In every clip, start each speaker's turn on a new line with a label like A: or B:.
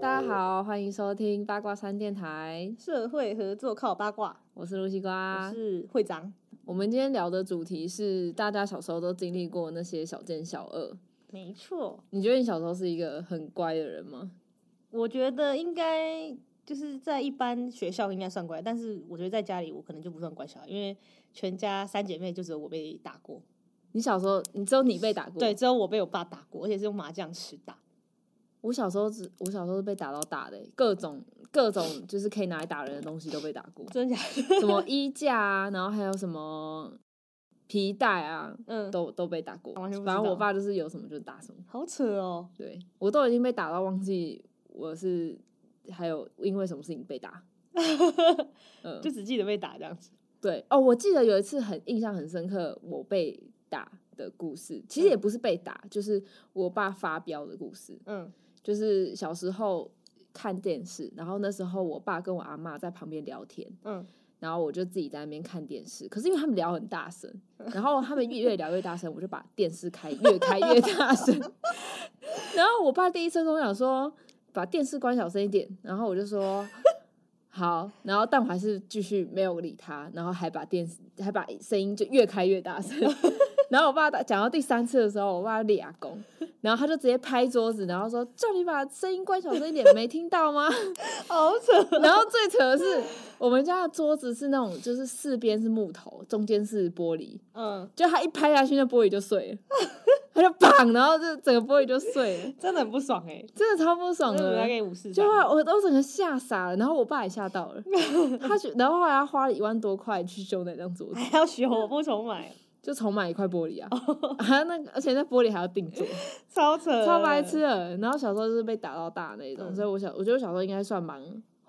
A: 大家好，欢迎收听八卦山电台，
B: 社会合作靠八卦，
A: 我是露西
B: 我
A: 瓜。
B: 是会长，
A: 我们今天聊的主题是大家小时候都经历过那些小奸小恶。
B: 没错。
A: 你觉得你小时候是一个很乖的人吗？
B: 我觉得应该就是在一般学校应该算乖，但是我觉得在家里我可能就不算乖小孩，因为全家三姐妹就只有我被打过，
A: 你小时候，你只有你被打过。
B: 对，，只有我被我爸打过，而且是用麻将尺打。，
A: 我小时候只，我小时候是被打到大的欸、各种各种就是可以拿来打人的东西都被打过
B: 真的假的？
A: 什么衣架啊，然后还有什么皮带啊，
B: 嗯，
A: 都都被打过。
B: 完全不知
A: 反正我
B: 道
A: 爸就是有什么就打什么。
B: 好扯哦。
A: 对我都已经被打到忘记我是还有因为什么事情被打。嗯，
B: 就只记得被打这样子，
A: 对哦，我记得有一次很印象很深刻，我被打的故事，其实也不是被打，就是我爸发飙的故事。
B: 嗯，
A: 就是小时候看电视，然后那时候我爸跟我阿妈在旁边聊天，
B: 嗯，
A: 然后我就自己在那边看电视。可是因为他们聊很大声，然后他们越越聊越大声，我就把电视开越开越大声。 然后我爸第一次跟我讲说，把电视关小声一点，然后我就说。好，然后但我还是继续没有理他，然后还把电视还把声音就越开越大声， 然后我爸打讲到第三次的时候，我爸立阿公，然后他就直接拍桌子，然后说：“叫你把声音关小声一点，没听到吗？”
B: 好 扯，
A: 然后最扯的是，我们家的桌子是那种，就是四边是木头，中间是玻璃，
B: 嗯，
A: 就他一拍下去，那玻璃就碎了， 他就砰，然后就整个玻璃就碎了，
B: 真的很不爽哎、
A: 真的超不爽
B: 那我
A: 的
B: 大。概五十，
A: 嗯就后来我都整个吓傻了，然后我爸也吓到了，他就然后后来他花了一万多块去修那张桌子，
B: 还要学我不重买，
A: 就重买一块玻 璃啊，啊那而且那玻璃还要定做，
B: 超扯，
A: 超白痴，的。然后小时候就是被打到大那一种，
B: 嗯
A: 所以我小我觉得我小时候应该算蛮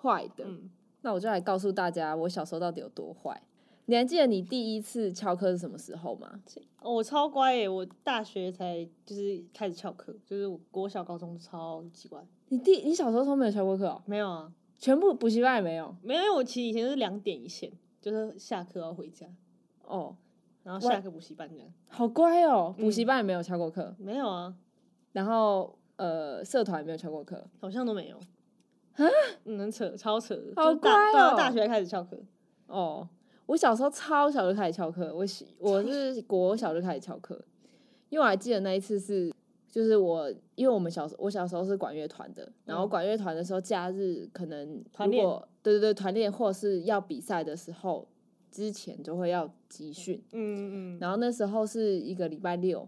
A: 坏的。
B: 嗯，
A: 那我就来告诉大家，我小时候到底有多坏。你还记得你第一次翘课是什么时候吗？
B: 哦我超乖耶、我大学才就是开始翘课，就是我国小、高中超级乖。
A: 你第你小时候都没有翘过课哦，
B: 没有啊，
A: 全部补习班也没有
B: 没有，因为我其实以前就是两点一线，就是下课要回家，
A: 哦，
B: 然后
A: 哇
B: 下课补习班这样。
A: 好乖哦，
B: 嗯
A: 补习班也没有翘过课，
B: 没有啊，
A: 然后呃社团也没有翘过课，
B: 好像都没有。嗯，很扯，超扯的，
A: 好
B: 就是大
A: 乖
B: 对啊
A: 哦
B: 大学开始翘课，
A: 哦，我小时候超小就开始翘课，我喜我是国小就开始翘课，因为我还记得那一次是，就是我因为我们小时我小时候是管乐团的，然后
B: 嗯
A: 管乐团的时候假日可能
B: 团
A: 如
B: 练
A: 果对对对团练或是要比赛的时候之前就会要集训，
B: 嗯嗯嗯，
A: 然后那时候是一个礼拜六，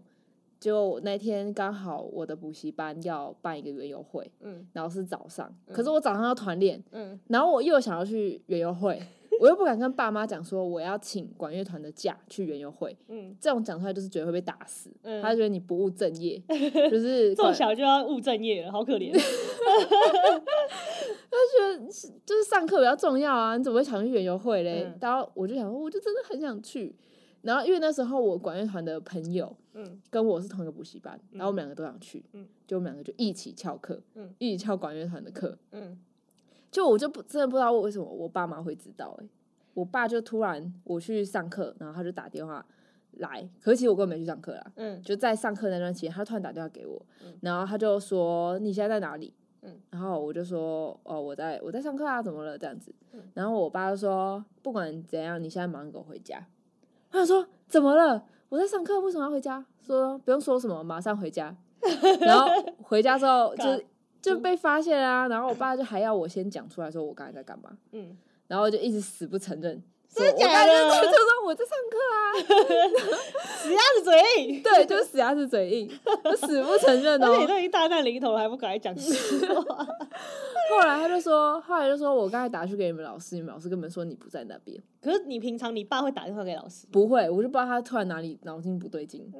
A: 就那天刚好我的补习班要办一个园游会，
B: 嗯
A: 然后是早上，可是我早上要团练，
B: 嗯
A: 然后我又想要去园游会，我又不敢跟爸妈讲说我要请管乐团的假去园游会，
B: 嗯，
A: 这种讲出来就是觉得会被打死，
B: 嗯
A: 他就觉得你不务正 业，就是
B: 这么小就要务正业了，好可怜。哦
A: 就是上课比较重要啊，你怎么会想去园游会嘞？
B: 嗯
A: 然后我就想说，我就真的很想去，然后因为那时候我管乐团的朋友
B: 嗯
A: 跟我是同一个补习班，然后我们两个都想去，
B: 嗯
A: 就我们两个就一起翘课，
B: 嗯
A: 一起翘管乐团的课，
B: 嗯，
A: 就我就不真的不知道我为什么我爸妈会知道哎、欸我爸就突然我去上课，然后他就打电话来，可是其实我根本没去上课啦，
B: 嗯
A: 就在上课那段期间，他突然打电话给我，
B: 嗯
A: 然后他就说你现在在哪里？
B: 嗯
A: 然后我就说哦我在我在上课啊，怎么了这样子
B: 嗯？
A: 然后我爸就说不管怎样，你现在马上给我回家。他就说怎么了？我在上课，为什么要回家？说不用说什么，马上回 家。然后回家之后就
B: 干
A: 就被发现啊，然后我爸就还要我先讲出来说我刚才在干嘛，
B: 嗯，
A: 然后我就一直死不承认，
B: 真的
A: 说
B: 假的
A: 我刚才在就说我在上课啊，
B: 死鸭子嘴，
A: 对，就死鸭子嘴硬，就死不承认哦
B: 而且。你都已经大难临头了，还不赶快 讲实话？
A: 后来他就说，后来就说我刚才打去给你们老师，你们老师根本说你不在那边，
B: 可是你平常你爸会打电话给老师，
A: 不会，我就不知道他突然哪里脑筋不对劲，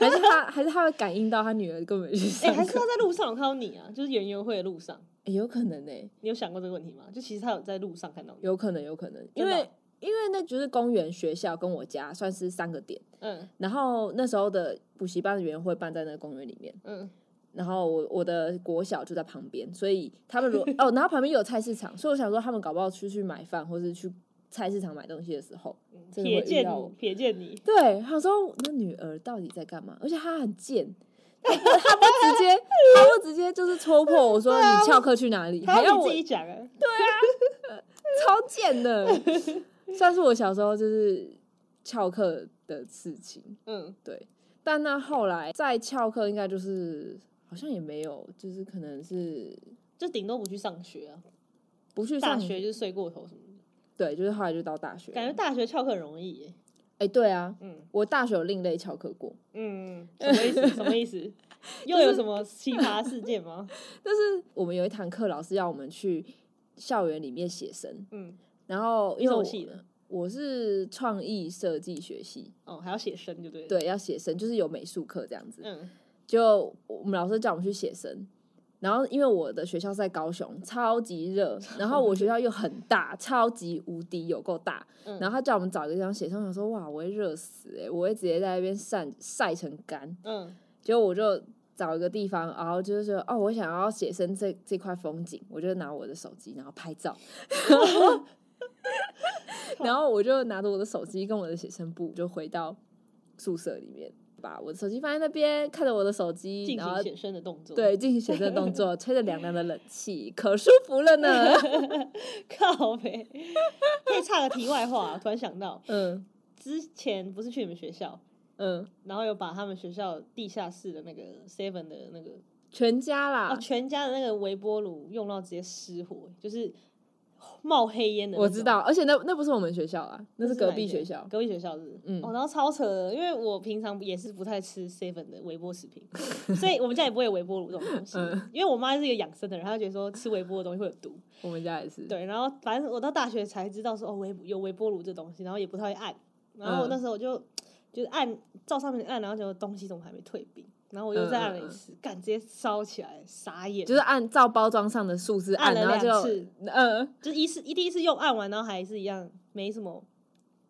A: 还是他 还是他会感应到他女儿 根本没去
B: 哎、
A: 上
B: 还是
A: 课，
B: 他在路上有看到你啊？就是园游会的路上，
A: 欸有可能呢、
B: 你有想过这个问题吗？就其实他有在路上看到你，
A: 有可能，有可能，因
B: 真的
A: 为
B: 哦
A: 因为那就是公园、学校跟我家算是三个点。
B: 嗯
A: 然后那时候的补习班的园游会办在那个公园里面，
B: 嗯
A: 然后我我的国小就在旁边，所以他们如哦，然后旁边有菜市场，所以我想说他们搞不好出去买饭或是去菜市场买东西的时候，
B: 嗯，
A: 真的会
B: 瞥见
A: 遇到我
B: 你，瞥见你，
A: 对，他说那女儿到底在干嘛？而且她很贱，他不他不直接，他不直接就是戳破我说你翘课去哪里，还
B: 还
A: 要
B: 要
A: 我
B: 你啊自己讲啊？
A: 超贱 的，算是我小时候就是翘课的事情。
B: 嗯，
A: 对，但那后来再翘课，应该就是好像也没有，就是可能是
B: 就顶多不去上学啊，
A: 不去
B: 大
A: 上
B: 学就是睡过头什么的，
A: 对，就是后来就到大学了。
B: 感觉大学翘课很容易耶。
A: 哎、对啊，
B: 嗯
A: 我大学有另类翘课过，
B: 嗯，什么意思？什么意 思？又有什么奇葩事件吗？
A: 但是我们有一堂课，老师要我们去校园里面写生，
B: 嗯，
A: 然后因
B: 你
A: 为
B: 什么
A: 我
B: 系的？
A: 我是创意设计学系，
B: 哦，还要写生就对了。，
A: 对，要写生，就是有美术课这样子。
B: 嗯，
A: 就我们老师叫我们去写生，然后因为我的学校是在高雄，超级热， 然后我学校又很大，超级无敌有够大，
B: 嗯
A: 然后他叫我们找一个地方写生，我想说哇，我会热死哎、我会直接在那边晒晒成干，
B: 嗯
A: 结果我就。找一个地方，然后就是说，哦，我想要写生这这块风景，我就拿我的手机，然后拍照， 然后我就拿着我的手机跟我的写生簿，就回到宿舍里面，把我的手机放在那边，看着我的手机，
B: 进
A: 然后
B: 行写生的动作。，
A: 对，进行写生动 作，吹着凉凉的冷气，可舒服了呢。
B: 靠呗。 可以插个题外话，啊突然想到，
A: 嗯
B: 之前不是去你们学校，
A: 嗯，
B: 然后有把他们学校地下室的那个 seven 的那个
A: 全家
B: 哦，
A: 啦，
B: 全家的那个微波炉用到直接失火，就是冒黑烟的。
A: 我知，道，而且那那不是我们学校啦，那是隔
B: 哪一
A: 壁
B: 间
A: 学校。
B: 隔壁学校是不是，
A: 嗯
B: 嗯，哦，然后超扯的，因为我平常也是不太吃 seven 的微波食品， 所以我们家也不会有微波炉这种东西
A: 嗯，
B: 因为我妈是一个养生的人，她就觉得说吃微波的东西会有毒，
A: 我们家也是。
B: 对，然后反正我到大学才知道说哦微有微波炉这东西，然后也不太会按，然后我
A: 嗯
B: 那时候我就、就是按照上面按，然后结果东西怎么还没退冰，然后我又再按了
A: 嗯嗯
B: 一
A: 嗯
B: 次，干、直接烧起来，傻眼，
A: 就是按照包装上的数字
B: 按
A: 然后
B: 了
A: 就
B: 两次，
A: 嗯
B: 就是一次一第一次用按完，然后还是一样没什么，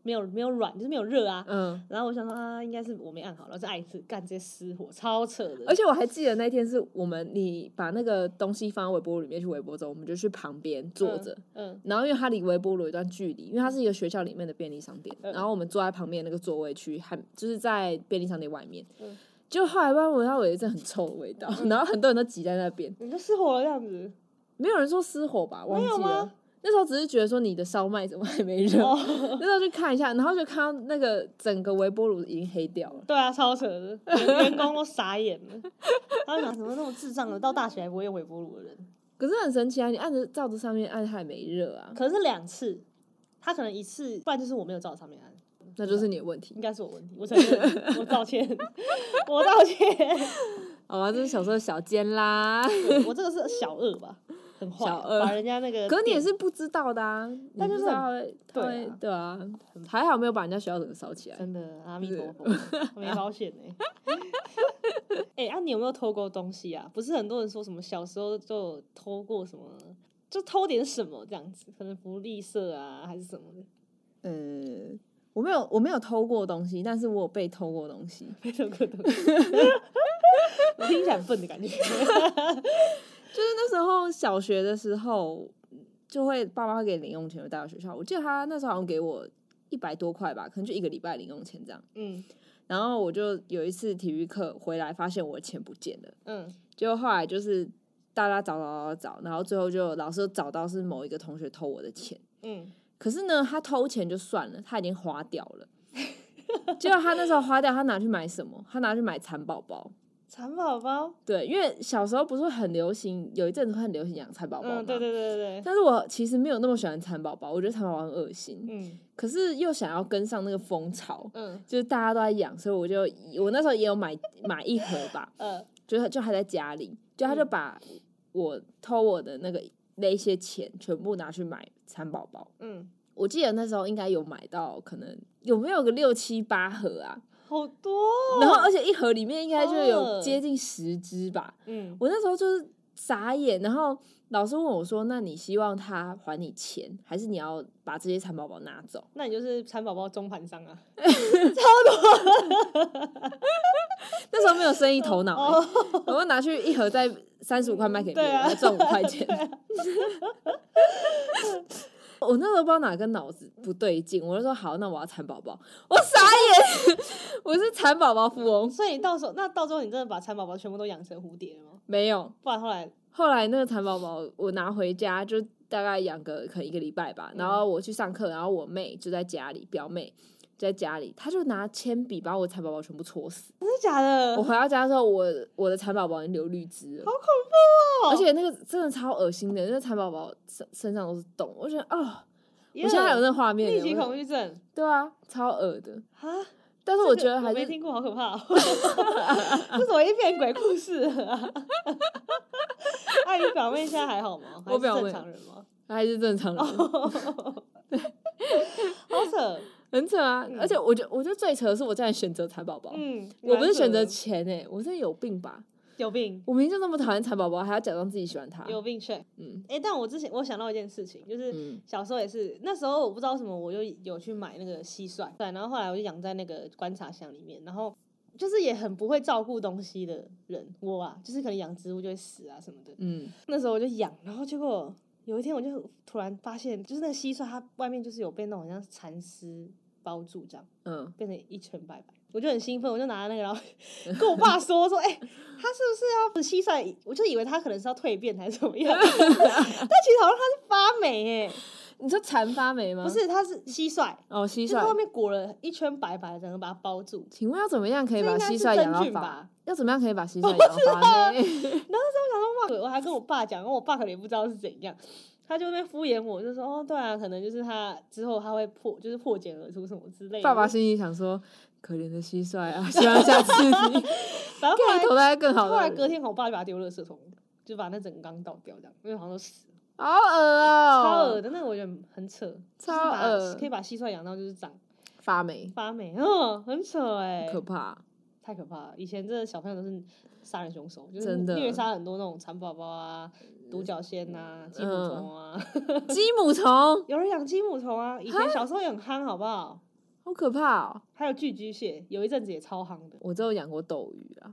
B: 没有没有软，就是没有热啊。
A: 嗯，
B: 然后我想说啊，应该是我没按好，然后再按一次，干直接失火，超扯的。嗯
A: 而且我还记得那天是我们你把那个东西放到微波炉里面去微波之后，我们就去旁边坐着。
B: 嗯，
A: 然后因为它离微波炉有一段距离，因为它是一个学校里面的便利商店，
B: 嗯
A: 然后我们坐在旁边那个座位区，还就是在便利商店外面
B: 嗯，
A: 就后来慢慢闻到有一阵很臭的味道，然后很多人都挤在那边，
B: 嗯你就失火了这样子，
A: 没有人说失火吧？忘
B: 没有
A: 记了
B: 吗。
A: 那时候只是觉得说你的烧麦怎么还没热，
B: 哦，
A: 那时候去看一下，然后就看到那个整个微波炉已经黑掉了。
B: 对啊，超扯的，员员工都傻眼了。他们想什么那么智障的，到大学还不会用微波炉的人，
A: 可是很神奇啊，你按着照着上面按它也没热啊，
B: 可是两次，他可能一次，不然就是我没有照上面按，
A: 那就是啊你的问题
B: 应。该是我问题，我承认，我道歉， 我道歉。
A: 好啊吧，这是小时候的小奸啦，
B: 我这个是小恶吧，很坏啊，
A: 小恶
B: 把人家那个 店，
A: 可是你也是不知道的啊，
B: 但
A: 你
B: 就是
A: 不知道它会它
B: 对啊
A: 会对啊，还好没有把人家学校整个烧起来。
B: 真的阿弥陀佛， 没保险呢、 哎、啊，你有没有偷过东西啊？不是很多人说什么小时候就有偷过什么，就偷点什么这样子，可能福利社啊还是什么的，
A: 嗯，我没有我没有偷过东西，但是我有被偷过东西。
B: 没偷过东西。 我听起来很笨的感觉。
A: 就是那时候小学的时候，就会爸妈会给零用钱，就带到学校。我记得他那时候好像给我一百多块吧，可能就一个礼拜零用钱这样。
B: 嗯
A: 然后我就有一次体育课回来，发现我的钱不见了。
B: 嗯
A: 结果后来就是大家找找找找，然后最后就老师找到是某一个同学偷我的钱。
B: 嗯，
A: 可是呢，他偷钱就算了，他已经花掉了。结果他那时候花掉，他拿去买什么？他拿去买蚕宝宝。
B: 蚕宝宝，
A: 对，因为小时候不是很流行，有一阵子会很流行养蚕宝宝嘛。
B: 嗯，对对对对对，
A: 但是我其实没有那么喜欢蚕宝宝，我觉得蚕宝宝很恶心，
B: 嗯
A: 可是又想要跟上那个风潮，
B: 嗯
A: 就是大家都在养，所以我就我那时候也有买买一盒吧，
B: 呃
A: 就是就还在家里，就他就
B: 嗯
A: 把我偷我的那个那一些钱全部拿去买蚕宝宝。
B: 嗯，
A: 我记得那时候应该有买到，可能有没有个六七八盒啊？
B: 好多哦、
A: 然后而且一盒里面应该就有
B: 哦
A: 接近十只吧。
B: 嗯
A: 我那时候就是傻眼，然后老师问我说：“那你希望他还你钱，还是你要把这些蚕宝宝拿走
B: 那你就是蚕宝宝中盘商啊。？”
A: 那时候没有生意头脑、欸
B: 哦，啊
A: 我就拿去一盒再三十五块卖给别
B: 对
A: 人，
B: 啊
A: 还赚五块钱。 我那时候不知道哪根脑子不对劲，我就说好，那我要蚕宝宝。我傻眼， 我是蚕宝宝富翁，
B: 所以到时候那到时候你真的把蚕宝宝全部都养成蝴蝶了吗？
A: 没有。
B: 不然后来
A: 后来那个蚕宝宝我拿回家，就大概养个可能一个礼拜
B: 嗯
A: 吧。然后我去上课，然后我妹就在家里，表妹就在家里，她就拿铅笔把我蚕宝宝全部戳死。
B: 真的假 的？
A: 我回到家的时候，我我的蚕宝宝已经流绿汁了，好恐怖
B: 哦
A: 而且那个真的超恶心的，那个蚕宝宝身身上都是洞，我觉得哦，我现在还有那个画面
B: 立
A: 耶，
B: 即
A: 我
B: 恐惧症
A: 对啊，超恶的。
B: 啊！
A: 但是
B: 这
A: 我
B: 个
A: 觉得还
B: 没
A: 是
B: 听过，好可怕、 哦！这怎么一片鬼故事啊？ 哎、你表妹现在还好吗？还
A: 我
B: 是
A: 表
B: 正
A: 妹
B: 常人吗？
A: 还是正常人，
B: 哦好 扯，
A: 很扯啊。
B: 嗯
A: 而且我觉得我觉得最扯的是我竟然选择蚕宝宝，
B: 嗯，
A: 我不是
B: 蛮扯
A: 选择
B: 的
A: 钱诶、我真的有病吧？
B: 有病，
A: 我明明就那么讨厌蚕宝宝，还要假装自己喜欢它。
B: 有病确。
A: 嗯
B: 哎、但我之前我想到一件事情，就是。
A: 嗯
B: 小时候也是，那时候我不知道为什么，我就有去买那个蟋蟀，对，然后后来我就养在那个观察箱里面，然后就是也很不会照顾东西的人，我啊，就是可能养植物就会死啊什么的。
A: 嗯
B: 那时候我就养，然后结果有一天我就突然发现，就是那个蟋蟀它外面就是有被那种像蚕丝包住这样，
A: 嗯，
B: 变成一圈白白。我就很兴奋，我就拿那个，然后 跟我爸说：“我说，哎、欸，他是不是要不是蟋蟀？我就以为他可能是要蜕变还是怎么样， 但其实好像他是发霉耶、
A: 你说蚕发霉吗？
B: 不是，它是蟋蟀，
A: 哦，嗯蟋
B: 就是外
A: 蟀。
B: 面裹了一圈白白的，然后把它包住。
A: 请问要怎么样可以
B: 这
A: 把
B: 应该
A: 蟋
B: 是
A: 蟀养
B: 真
A: 到
B: 菌
A: 发
B: 吧？
A: 要怎么样可以把蟋蟀养到发霉？
B: 我我还跟我爸讲，然后我爸可能也不知道是怎样，他就在那边敷衍我，就说哦，对啊，可能就是他之后他会破，就是破茧而出什么之类 的。
A: 爸爸心里想说：可怜的蟋蟀啊， 希望下次你
B: 然后后
A: 可以投
B: 来
A: 胎更好
B: 后来
A: 的
B: 隔
A: 人。
B: 天，我爸就把它丢垃圾桶，就把那整个缸倒掉这样，因为好像都死了，
A: 好恶哦，
B: 超恶的。那个我觉得很扯，就是
A: 超
B: 把
A: 恶
B: 可以把蟋蟀养到就是长
A: 发霉，
B: 发霉，嗯，很扯哎、
A: 可 怕。
B: 太可怕了！以前这个小朋友都是杀人凶手，就是
A: 真的
B: 虐杀很多那种蚕宝宝啊、独角仙呐、啊、金
A: 嗯
B: 母虫啊，
A: 鸡母虫，
B: 有人养金母虫啊，以前小时候也很憨，好不好？
A: 好可怕哦！
B: 还有寄居蟹，有一阵子也超夯的。
A: 我只有养过斗鱼啊，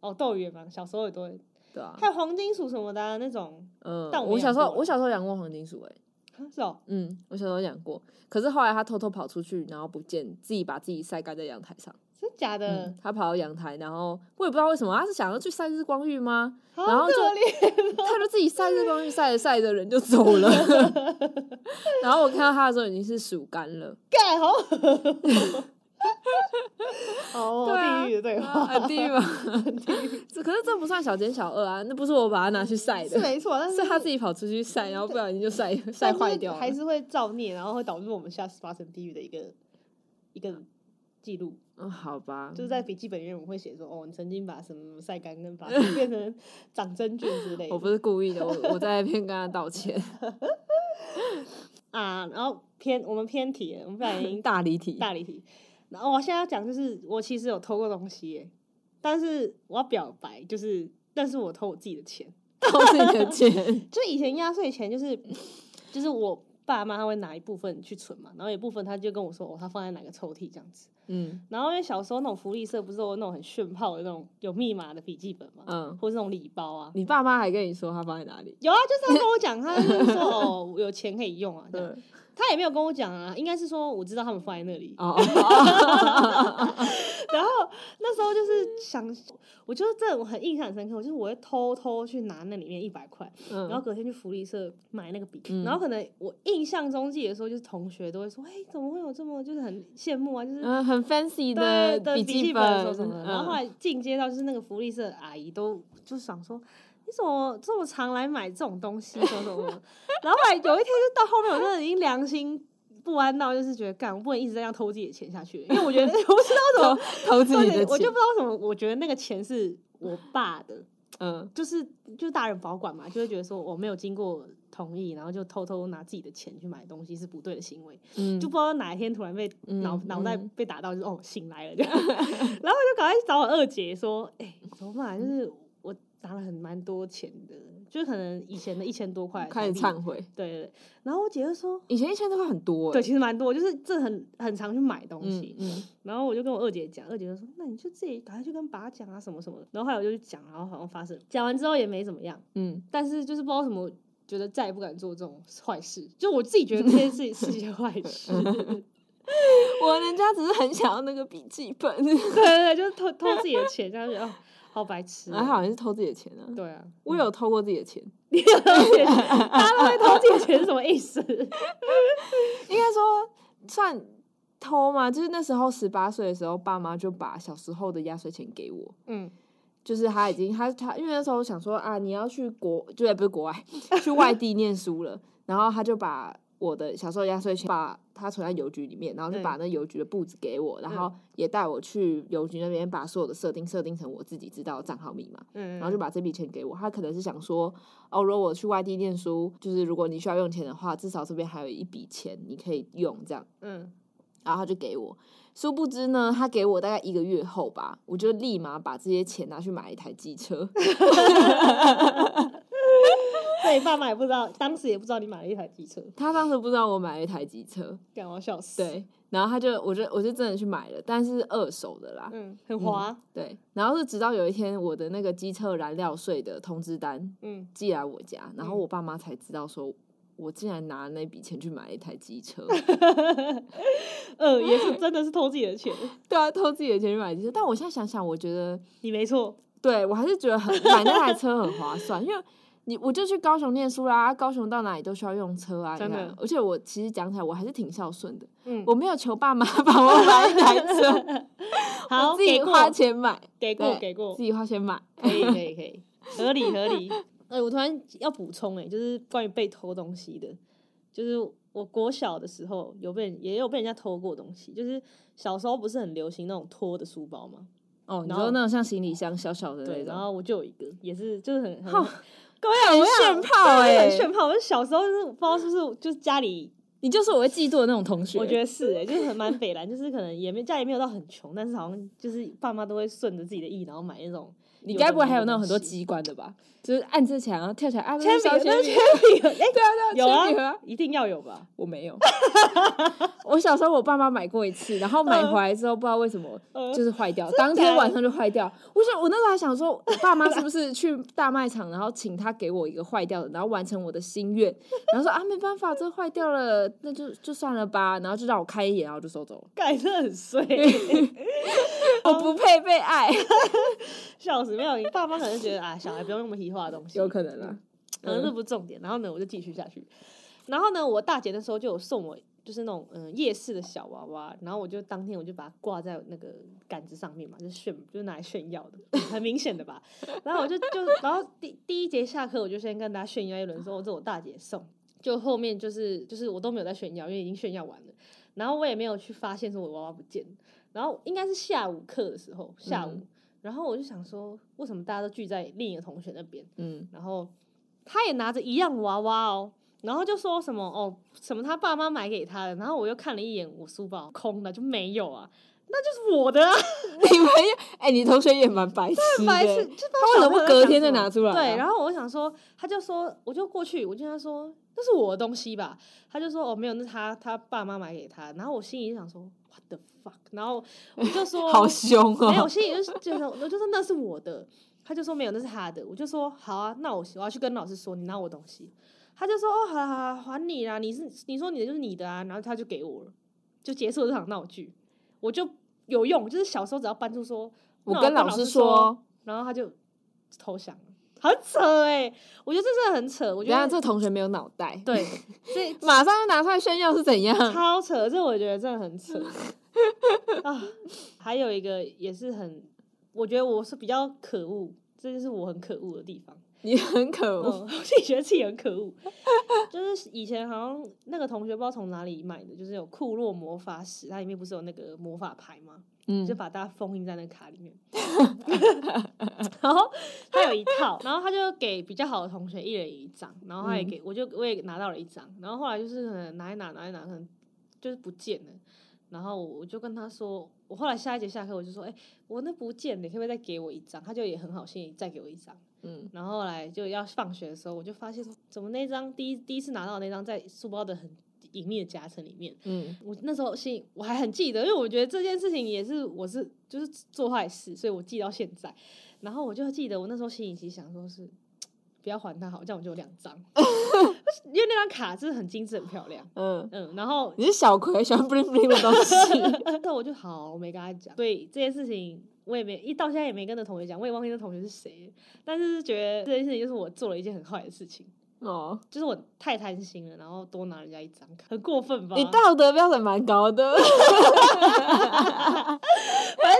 B: 哦，斗鱼也蛮，小时候也都会，
A: 对啊
B: 还，有黄金鼠什么的、啊、那种，
A: 嗯，
B: 但我没
A: 我小时候
B: 养过
A: 我小时候养过黄金鼠、欸，
B: 啊是哦，
A: 嗯，我小时候养过，可是后来它偷偷跑出去，然后不见，自己把自己晒干在阳台上。
B: 真假的
A: 嗯，，它跑到阳台，然后我也不知道为什么，它是想要去晒日光浴吗？
B: 好
A: 然后
B: 可
A: 就
B: 怜。
A: 它就自己晒日光浴，晒着晒着人就走 了。然后我看到它的时候已经是暑干了，
B: 盖好恶。 哦，
A: 对啊
B: 地狱的对
A: 啊
B: 话，
A: 很地狱吧？这可是这不算小奸小恶啊，那不是我把它拿去晒
B: 啊是
A: 的，
B: 没错，但
A: 是它自
B: 己
A: 己跑出去晒，然后不小心就晒晒坏掉了
B: 还。是会造孽，然后会导致我们下次发生地狱的一个一个记录。
A: 嗯，好吧，
B: 就是在笔记本里面我们会写说，哦，你曾经把什么什么晒干跟把它变成长真菌之类
A: 我
B: 的
A: 不是故意的，我我在那边跟他道 歉，
B: 啊。然后偏我们偏题了，我们不小心
A: 大离题。
B: 大离题。然后我现在要讲就是，我其实有偷过东西耶，但是我要表白，就是但是我偷我自己的钱，
A: 偷自己的 钱，
B: 就以前压岁钱就是就是我爸妈他会拿一部分去存嘛，然后有一部分他就跟我说，哦，他放在哪个抽屉这样子。
A: 嗯
B: 然后因为小时候那种福利社不是有那种很炫炮的那种有密码的笔记本嘛，
A: 嗯，
B: 或是那种礼包啊，
A: 你爸妈还跟你说他放在哪里？
B: 有啊，就是他跟我讲，他就是说哦，有钱可以用啊，这样。
A: 对，
B: 他也没有跟我讲啊，应该是说我知道他们放在那里。
A: 哦 哦，
B: 然后那时候就是想，我就是这我很印象很深刻，我就是我会偷偷去拿那里面一百块，然后
A: 嗯，
B: 隔天去福利社买那个笔，
A: 嗯
B: 然后可能我印象中记得说，就是同学都会说，哎、怎么会有这么就是很羡慕啊，就是。
A: 嗯，很 fancy
B: 对
A: 的
B: 笔
A: 记
B: 本什么什么的，然后后
A: 嗯
B: 来进阶到就是那个福利社的阿姨都就想说，你怎么这么常来买这种东西什么什么的，然后后来有一天就到后面，我真的已经良心不安到，就是觉得干，我不能一直这样偷自己的钱下去了，因为我觉得 我不知道
A: 偷偷自
B: 怎么，
A: 己的
B: 我就
A: 钱
B: 不，知道为什么，我觉得那个钱是我爸的，
A: 嗯
B: 就是就是大人保管嘛，就会觉得说我没有经过同意，然后就偷偷拿自己的钱去买东西是不对的行为。
A: 嗯，
B: 就不知道哪一天突然被
A: 嗯
B: 脑脑、袋
A: 嗯
B: 被打到，就是哦醒来了这样， 然后我就赶快去找我二姐说，哎、怎么办？就是我拿了很蛮多钱的，就是可能以前的一千多块
A: 开始
B: 台币
A: 忏悔。
B: 对对对。然后我姐就说，
A: 以前一千多块很多，
B: 对，
A: 欸
B: 其实蛮多，就是这很很常去买东
A: 嗯
B: 西。
A: 嗯，
B: 然后我就跟我二姐讲，二姐就说，那你就自己赶快去跟爸讲啊什么什么的。然后后来我就去讲，然后好像发生，讲完之后也没怎么样，
A: 嗯
B: 但是就是不知道什么。觉得再也不敢做这种坏事。就我自己觉得这件事情是一件坏事，
A: 我人家只是很想要那个笔记本，
B: 对对对，就是偷偷自己的钱，这样就哦，好白痴哦、
A: 还好像是偷自己的钱啊。
B: 对啊，
A: 我有偷过自己的钱，
B: 你有偷自己的钱，大家都会偷自己的钱是什么意思？
A: 应该说算偷吗？就是那时候十八岁的时候，爸妈就把小时候的压岁钱给我，
B: 嗯，
A: 就是他已经他他，因为那时候想说啊，你要去国，对，不是国外， 去外地念书了，然后他就把我的小时候压岁钱把它存在邮局里面，然后就把那邮局的簿子给我，然后也带我去邮局那边把所有的设定设定成我自己知道的账号密码，
B: 嗯，
A: 然后就把这笔钱给我。他可能是想说，哦，如果我去外地念书，就是如果你需要用钱的话，至少这边还有一笔钱你可以用这样。
B: 嗯，
A: 然后他就给我，殊不知呢，他给我大概一个月后吧，我就立马把这些钱拿去买一台机车。
B: 那你爸妈也不知道，当时也不知道你买了一台机车，
A: 他当时不知道我买了一台机车，
B: 干我要笑死。，
A: 对，然后他就，我就我就真的去买了，但是二手的啦，
B: 嗯，很滑，
A: 对。然后是直到有一天，我的那个机车燃料税的通知单
B: 嗯，
A: 寄来我家，然后
B: 嗯
A: 我爸妈才知道说，我竟然拿那笔钱去买一台机车。
B: 呃，也是真的是偷自己的钱，
A: 对啊，偷自己的钱去买机车。但我现在想想，我觉得
B: 你没错，
A: 对我还是觉得很买那台车很划算，因为你我就去高雄念书啦，啊高雄到哪里都需要用车啊，你
B: 真的
A: 看而且我其实讲起来，我还是挺孝顺的，
B: 嗯，
A: 我没有求爸妈帮我买一台车，
B: 好，
A: 我自己
B: 给过
A: 花，钱买，
B: 给过，
A: 对
B: 给过
A: 自，己花钱买。
B: 可以，可以，可以，合理，合理。 哎、我突然要补充、哎，就是关于被偷东西的，就是我国小的时候有被人也有被人家偷过东西，就是小时候不是很流行那种拖的书包吗？
A: 哦，你
B: 然后
A: 说那种像行李箱小小的
B: 对，
A: 那种，
B: 然后我就有一个，也是就是很很
A: 哼
B: 各位啊，我
A: 炫炮
B: 哎、
A: 哎
B: 很，炫炮。我小时候就是不知道是不是就是家里，
A: 你就是我会嫉妒的那种同学。
B: 我觉得是哎、就是很蛮北蓝，就是可能也没家里没有到很穷，但是好像就是爸妈都会顺着自己的意，然后买那种
A: 你
B: 有
A: 该
B: 的
A: 不会
B: 没
A: 还有
B: 的
A: 那种很多
B: 东西
A: 机关的吧？就是按着墙然后跳起来啊，
B: 铅
A: 铅
B: 笔，那铅
A: 对啊
B: 笔盒，哎，
A: 对
B: 有
A: 啊，
B: 啊
A: 铅笔盒啊。
B: 一定要有吧？
A: 我没有， 我小时候我爸妈买过一次，然后买回来之后不知道为什么
B: 嗯
A: 就是坏掉，当
B: 假
A: 天
B: 的
A: 晚上就坏掉。我想我那时候还想说，我爸妈是 不是去大卖场，然后请他给我一个坏掉的，然后完成我的心愿，然后说啊没办法，这坏掉了，那就就算了吧，然后就让我开一眼，然后就收走了。
B: 盖真的很衰，
A: 我
B: 哦
A: 不配被爱，
B: 笑死！没有，你爸妈可能觉得啊，小孩不用那么皮化的东西，
A: 有可能 啦。
B: 可能这啊不是重点。然后呢，我就继续下去。然后呢，我大姐那时候就有送我，就是那种嗯、呃夜市的小娃娃，然后我就当天我就把它挂在那个杆子上面嘛，就是炫，就是拿来炫耀的，很明显的吧。然后我就就，然后第第一节下课，我就先跟大家炫耀一轮，说这我大姐送。就后面就是就是我都没有在炫耀，因为已经炫耀完了，然后我也没有去发现说我娃娃不见了。然后应该是下午课的时候，下午，
A: 嗯
B: 然后我就想说，为什么大家都聚在另一个同学那边？
A: 嗯，
B: 然后他也拿着一样娃娃哦，然后就说什么哦什么他爸妈买给他的，然后我又看了一眼我书包空的就没有啊，那就是我的啊，
A: 你们也哎，你同学也蛮白痴
B: 白痴，
A: 的，
B: 就
A: 他为什么不隔天再拿
B: 出
A: 出来啊？
B: 对，然后我想说，他就说我就过去，我就跟他说那是我的东西吧，他就说哦没有，那他他爸妈买给他，然后我心里就想说 what the fuck，然后我就 说
A: 好凶
B: 没有，我
A: 哦，
B: 心里就是觉得，我就说那是我的，他就说没有，那是他的，我就说好啊，那我我要去跟老师说你拿我东西，他就说哦，好啊好啊还你啦，你是你说你的就是你的啊，然后他就给我了，就结束了这场闹剧，我就有用，就是小时候只要搬出说，那
A: 我
B: 我
A: 跟
B: 老
A: 老师
B: 说，
A: 说。
B: 然后他就投降了，很扯哎、我觉得这真的很扯，我觉
A: 等下
B: 得
A: 这同学没有脑袋，
B: 对，这
A: 马上就拿出来炫耀是怎样？
B: 超扯，这我觉得真的很扯啊！还有一个也是很，我觉得我是比较可恶，这就是我很可恶的地方。
A: 你很可恶。
B: 嗯，我自己觉得自己很可恶，就是以前好像那个同学不知道从哪里买的，就是有库洛魔法石，它里面不是有那个魔法牌吗？
A: 嗯
B: 就把大家封印在那个卡里面。 然后他有一套，然后他就给比较好的同学一人一张，然后他也给、我就我也拿到了一张，然后后来就是可能拿一拿拿一拿，可能就是不见了。然后我就跟他说，我后来下一节下课我就说，哎、我那不见了，你可不可以再给我一张？他就也很好心再给我一张。
A: 嗯，
B: 然后后来就要放学的时候，我就发现说怎么那张第一第一次拿到的那张在书包的很隐秘的夹层里面，
A: 嗯，
B: 我那时候心我还很记得，因为我觉得这件事情也是我是就是做坏事，所以我记到现在。然后我就记得我那时候心里其实想说是不不要还他好，这样我就有两张， 因为那张卡真的很精致，很漂亮。
C: 嗯，
B: 嗯，然后
C: 你是小葵喜欢 bling bling 的东 西，
B: 那我就好，我没跟他讲。对这件事情，我也没一到现在也没跟那同学讲，我也忘记那同学是谁。但是觉得这件事情就是我做了一件很坏的事情，
C: 哦，
B: 就是我太贪心了，然后多拿人家一张卡，很过分吧？
C: 你道德标准蛮高的，
B: 反正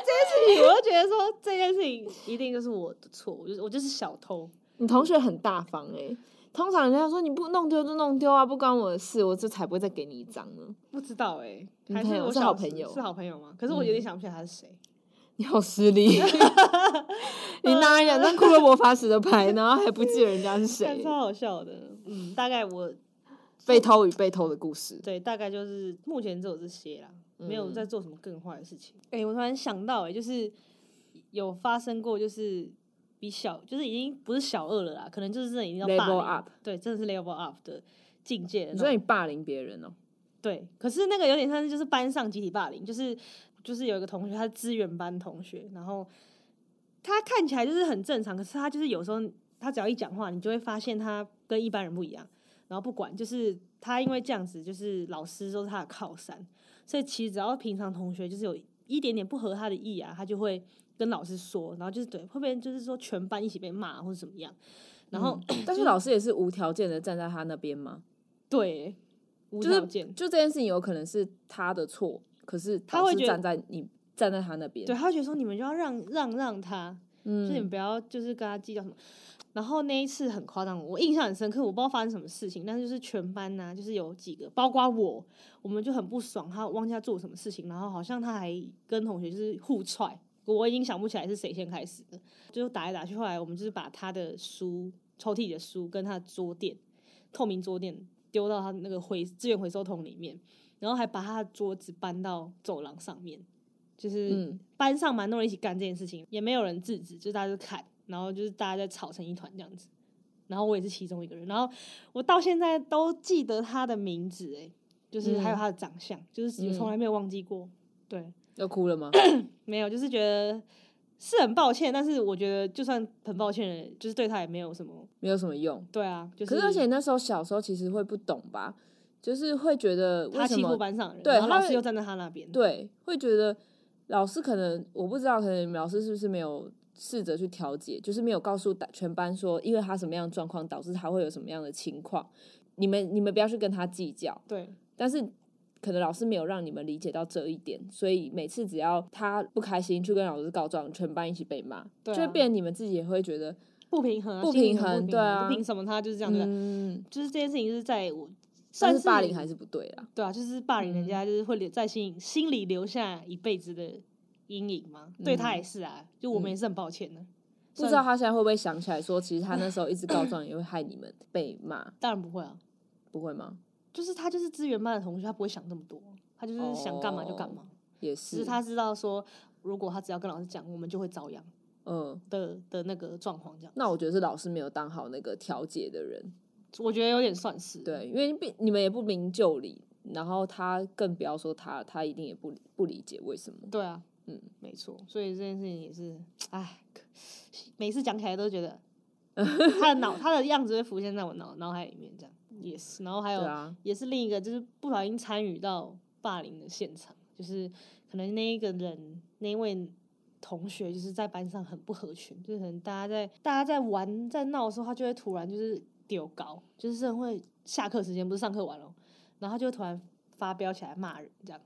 B: 这件事情，我就觉得说这件事情一定就是我的错，我就是我就是小偷。
C: 你同学很大方哎、通常人家说你不弄丢就弄丢啊，不关我的事，我这才不会再给你一张呢。
B: 不知道哎、
C: 你
B: 还
C: 朋
B: 是
C: 友
B: 我
C: 是
B: 小
C: 好
B: 时
C: 朋友
B: 是好朋友吗？嗯可是我有点想不起来他是谁。
C: 你好失 礼，你拿人两张骷髅魔法使的牌，然后还不记得人家是
B: 但
C: 谁，
B: 超好笑的，嗯，大概我
C: 被偷与被偷的故事。
B: 对，大概就是目前只有这些啦，没有
C: 嗯
B: 在做什么更坏的事情。哎、我突然想到、哎，就是有发生过，就是比小，就是已经不是小二了啦，可能就是真的已经到霸
C: Level
B: 凌
C: up
B: 对，真的是 level up 的境界的
A: 你
B: 那
A: 说
B: 种。
A: 你霸凌别人哦、
B: 对，可是那个有点像是就是班上集体霸凌，就是就是有一个同学，他是资源班同学，然后他看起来就是很正常，可是他就是有时候他只要一讲话，你就会发现他跟一般人不一样。然后不管，就是他因为这样子，就是老师都是他的靠山，所以其实只要平常同学就是有一点点不合他的意啊，他就会跟老师说，然后就是对，会不会就是说全班一起被骂啊或者怎么样？然后、
A: 但是老师也是无条件的站在他那边吗？
B: 对，无
A: 就是
B: 条件。
A: 就这件事情有可能是他的错，可是
B: 他
A: 老
B: 会
A: 师
B: 觉得
A: 站在你站在他那边，
B: 对，他会觉得说你们就要让让让他，就是你
A: 嗯，
B: 不要就是跟他计较什么。然后那一次很夸张，我印象很深刻，我不知道发生什么事情，但是就是全班呐、就是有几个，包括我，我们就很不爽，他忘记他做什么事情，然后好像他还跟同学就是互踹，我已经想不起来是谁先开始的，就打来打去，后来我们就是把他的书抽屉里的书跟他的桌垫，透明桌垫丢到他那个回资源回收桶里面，然后还把他的桌子搬到走廊上面，就是。
A: 嗯
B: 班上蛮多人一起干这件事情，也没有人制止，就大家就看，然后就是大家在吵成一团这样子。然后我也是其中一个人，然后我到现在都记得他的名字、欸，就是还有他的长相，就是我从来没有忘记过。对，
A: 要哭了 吗？
B: 没有，就是觉得是很抱歉，但是我觉得就算很抱歉的，就是对他也没有什么。
A: 没有什么用。
B: 对啊，就是
A: 可是而且那时候小时候其实会不懂吧，就是会觉得为
B: 他
A: 什
B: 欺负
A: 么
B: 班上的人，
A: 对
B: 然后老
A: 他
B: 师
A: 会
B: 又站在他那边，
A: 对，会觉得老师可能我不知道，可能老师是不是没有试着去调解，就是没有告诉大全班说，因为他什么样的状况导致他会有什么样的情况，你们你们不要去跟他计较，
B: 对
A: 但是。可能老师没有让你们理解到这一点，所以每次只要他不开心去跟老师告状，全班一起被骂，
B: 对啊
A: 就会变成你们自己也会觉得，
B: 不平衡啊，
A: 不
B: 心里
A: 平
B: 很
A: 衡
B: 不
A: 对啊
B: 就凭什么他就是这样子？
A: 嗯，
B: 就是这件事情就是在我
A: 算
B: 算
A: 是霸凌还是不对啦。
B: 对啊，就是霸凌
A: 嗯
B: 人家，就是会留在心心里留下一辈子的阴影嘛。对他也是啊，就我们也是很抱歉的。
A: 嗯不知道
B: 算
A: 他现在会不会想起来说，其实他那时候一直告状也会害你们被骂，
B: 当然不会啊，
A: 不会吗？
B: 就是他就是资源班的同学，他不会想那么多，他就是想干嘛就干嘛。
A: 也
B: 只
A: 哦是，
B: 是他知道说，如果他只要跟老师讲，我们就会遭殃
A: 嗯，
B: 的的那个状况这样。
A: 那我觉得是老师没有当好那个调解的人，
B: 我觉得有点算是，
A: 对，因为毕你们也不明就里，然后他更不要说他，他一定也不不理解为什么。
B: 对啊，
A: 嗯
B: 嗯，没错。所以这件事情也是，唉，可每次讲起来都 觉得他的脑他的样子会浮现在我脑脑海里面这样。也是，然后还
A: 对
B: 有
A: 啊，
B: 也是另一个，就是不小心参与到霸凌的现场，就是可能那一个人那一位同学就是在班上很不合群，就是可能大家在大家在玩在闹的时候，他就会突然就是丢高，就是真的会下课时间不是上课完了，哦然后他就会突然发飙起来骂人，这样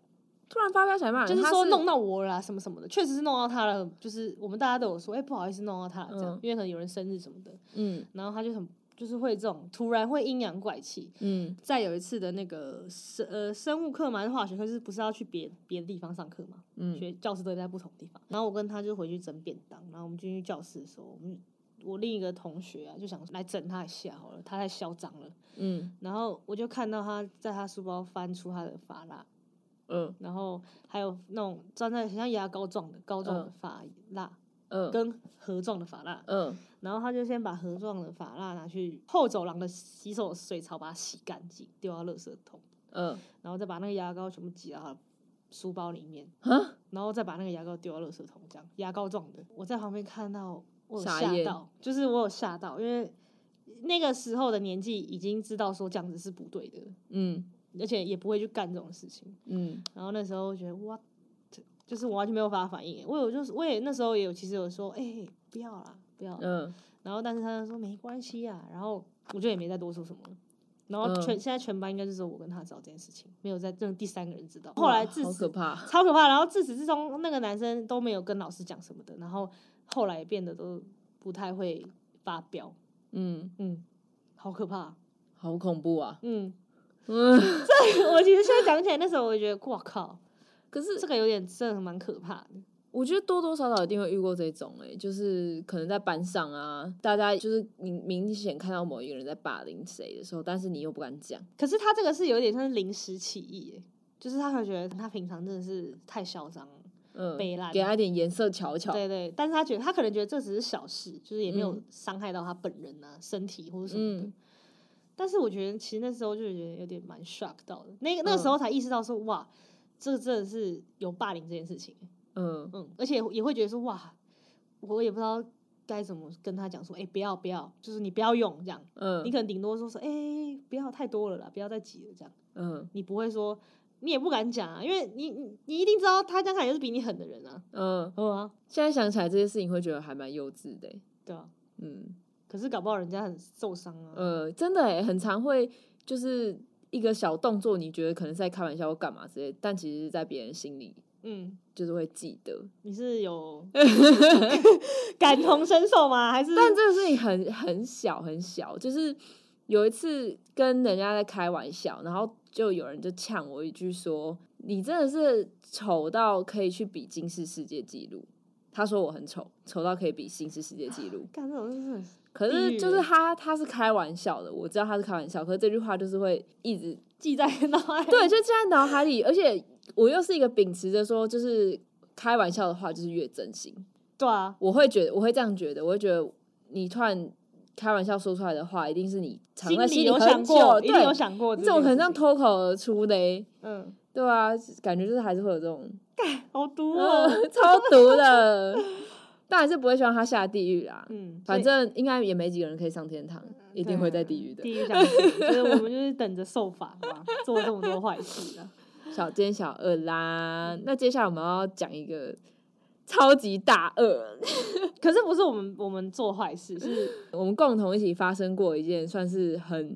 A: 突然发飙起来骂人，
B: 就是
A: 他
B: 说
A: 是
B: 弄到我了啦什么什么的，确实是弄到他了，就是我们大家都有说，哎、不好意思弄到他了这样，
A: 嗯
B: 因为可能有人生日什么的，
A: 嗯
B: 然后他就很就是会这种突然会阴阳怪气，
A: 嗯
B: 再有一次的那个生呃生物课嘛，还是化学课，就是不是要去别别的地方上课嘛？
A: 嗯，
B: 学教室都在不同地方。然后我跟他就回去整便当，然后我们进去教室的时候，我们我另一个同学啊就想来整他一下好了，他太嚣张了。
A: 嗯
B: 然后我就看到他在他书包翻出他的发蜡，
A: 嗯
B: 然后还有那种装在很像牙膏状的膏状的发蜡、
A: 嗯
B: 跟盒状的发蜡，
A: 嗯，
B: 然后他就先把盒状的发蜡拿去后走廊的洗手水槽把它洗干净，丢到垃圾桶。
A: 嗯
B: 然后再把那个牙膏全部挤到他的书包里面，
A: 啊，
B: 然后再把那个牙膏丢到垃圾桶，这样牙膏状的。我在旁边看到，我有
A: 傻
B: 吓
A: 眼
B: 到，就是我有吓到，因为那个时候的年纪已经知道说这样子是不对的，
C: 嗯
B: 而且也不会去干这种事情。
C: 嗯
B: 然后那时候觉得哇，就是我完全没有办法反应。欸我有就是我也那时候也有其实有说，哎、不要啦，不要啦。
A: 嗯，
B: 然后但是他就说没关系啊，然后我就也没再多说什么了。然后
A: 嗯
B: 全、现在全班应该就只有我跟他知道这件事情，没有在让第三个人知道。后来自
A: 好
B: 此
A: 可怕，
B: 超可怕，然后自始至终那个男生都没有跟老师讲什么的，然后后来也变得都不太会发飙，
A: 嗯，
B: 嗯，好可怕，
A: 好恐怖啊，
B: 嗯，
A: 嗯，
B: 我其实现在讲起来那时候我就觉得，哇靠，
A: 可是
B: 这个有点真的蛮可怕的，
A: 我觉得多多少少一定会遇过这种、欸，就是可能在班上啊，大家就是你明显看到某一个人在霸凌谁的时候，但是你又不敢讲，
B: 可是他这个是有点像是临时起意耶，就是他会觉得他平常真的是太嚣张了。
A: 嗯，
B: 北兰
A: 给他一点颜色瞧瞧，
B: 对对，但是他觉得他可能觉得这只是小事，就是也没有
A: 嗯
B: 伤害到他本人啊、身体或者什么的。
A: 嗯
B: 但是我觉得其实那时候就觉得有点蛮 shock 到的，那个那个时
A: 嗯
B: 候才意识到说、哇，这真的是有霸凌这件事情，
A: 嗯
B: 嗯，而且也会觉得说哇，我也不知道该怎么跟他讲说，哎、不要不要，就是你不要用这样，
A: 嗯
B: 你可能顶多说说，哎、不要太多了啦，不要再挤了这样，
A: 嗯
B: 你不会说，你也不敢讲啊，因为你你你一定知道他将来就是比你狠的人啊，
A: 嗯，
B: 嗯啊，
A: 现在想起来这些事情会觉得还蛮幼稚的欸、
B: 对啊。
A: 嗯
B: 可是搞不好人家很受伤啊。
A: 呃，真的、欸、很常会就是一个小动作，你觉得可能是在开玩笑或干嘛之类，但其实在别人心里
B: 嗯，
A: 就是会记得，
B: 你是 有感 同身受吗？还是。
A: 但这个事情很很小很小，就是有一次跟人家在开玩笑，然后就有人就呛我一句说：“你真的是丑到可以去比金氏世界纪录。”他说我很丑，丑到可以比金氏世界纪录
B: 干这种事情？
A: 可
B: 地
A: 是
B: 狱
A: 就
B: 欸
A: 是他他是开玩笑的，我知道他是开玩笑，可是这句话就是会一直
B: 记在脑海。
A: 对，就记在脑海里。而且我又是一个秉持着说，就是开玩笑的话就是越真心，
B: 对啊，
A: 我会觉得，我会这样觉得，我会觉得你突然开玩笑说出来的话，一定是你藏在
B: 里
A: 里
B: 有
A: 很
B: 想
A: 久，
B: 过，一定
A: 对，
B: 有想过。
A: 你怎么可能这样？脱口而出嘞？
B: 嗯，
A: 对啊，感觉就是还是会有这种、
B: 好毒
A: 呃
B: 哦。
A: 超毒的，但还是不会希望他下地狱啦。
B: 嗯，
A: 反
B: 所以
A: 正应该也没几个人可以上天堂，一定会在地狱的
B: 地。狱讲，所以我们就是 等着受罚嘛，做这么多坏事啊。
A: 小奸小恶啦，那接下来我们要讲一个超级大恶，
B: 可是不是我们我们做坏事，是
A: 我们共同一起发生过一件算是很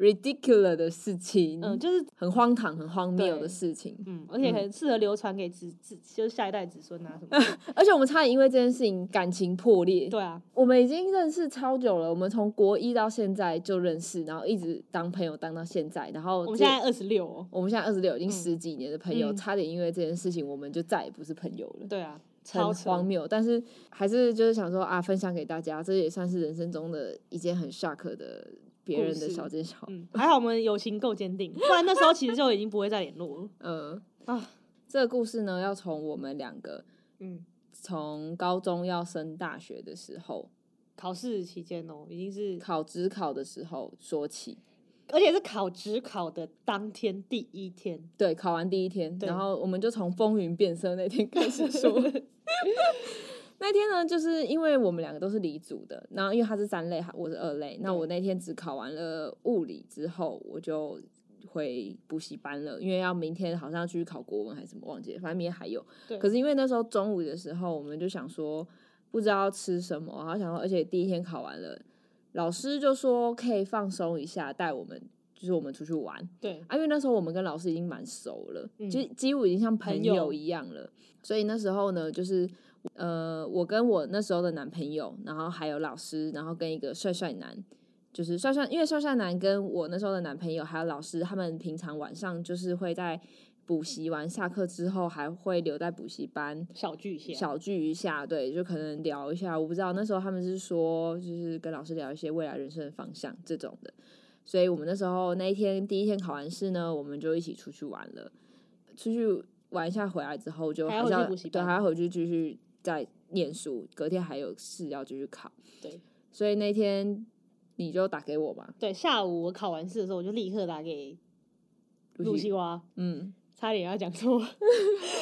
A: ridiculous 的事情。
B: 嗯，就是
A: 很荒唐、很荒谬
B: 对
A: 的事情，
B: 嗯，而且很适合流传给子子，就是下一代子孙啊什么的。
A: 而且我们差点因为这件事情感情破裂。
B: 对啊，
A: 我们已经认识超久了，我们从国一到现在就认识，然后一直当朋友当到现在，然后
B: 我们
A: 这
B: 现在二十六哦。
A: 我们现在二十六，已经
B: 嗯
A: 十几年的朋友，
B: 嗯
A: 差点因为这件事情，我们就再也不是朋友了。
B: 对啊，超
A: 很
B: 扯
A: 荒谬，但是还是就是想说啊，分享给大家，这也算是人生中的一件很 shock 的别人的
B: 故事
A: 小奸小恶。
B: 嗯，还好我们友情够坚定，不 然那时候其实就已经不会再联络了。
A: 呃，
B: 啊，
A: 这个故事呢，要从我们两个
B: 嗯，
A: 从高中要升大学的时候，
B: 考试期间哦，已经是，
A: 考职考的时候说起，
B: 而且是考职考的当天第一天，
A: 对，考完第一天，
B: 对
A: 然后我们就从风云变色那天开始说。那天呢，就是因为我们两个都是理组的，然后因为他是三类，我是二类，那
B: 对
A: 我那天只考完了物理之后，我就回补习班了，因为要明天好像要继续考国文还是什么，忘记了，反正明天还有。
B: 对，
A: 可是因为那时候中午的时候，我们就想说不知道吃什么，然后想说，而且第一天考完了，老师就说可以放松一下，带我们就是我们出去玩
B: 对，
A: 啊。因为那时候我们跟老师已经蛮熟了，
B: 嗯
A: 就几乎已经像朋
B: 朋友
A: 友一样了。所以那时候呢，就是呃，我跟我那时候的男朋友，然后还有老师，然后跟一个帅帅男。就是帅帅，因为帅帅男跟我那时候的男朋友还有老师，他们平常晚上就是会在补习完下课之后，还会留在补习班
B: 小巨蟹，
A: 小聚一下，对，就可能聊一下。我不知道那时候他们是说，就是跟老师聊一些未来人生的方向这种的。所以我们那时候那一天第一天考完试呢，我们就一起出去玩了。出去玩一下回来之后，就
B: 还
A: 还是
B: 要回去
A: 要
B: 补习
A: 对，
B: 班
A: 还要回去继续再念书，隔天还有试要继续考。
B: 对
A: 所以那天你就打给我嘛，
B: 对，下午我考完试的时候，我就立刻打给露西，瓜，
A: 嗯
B: 差点要讲错，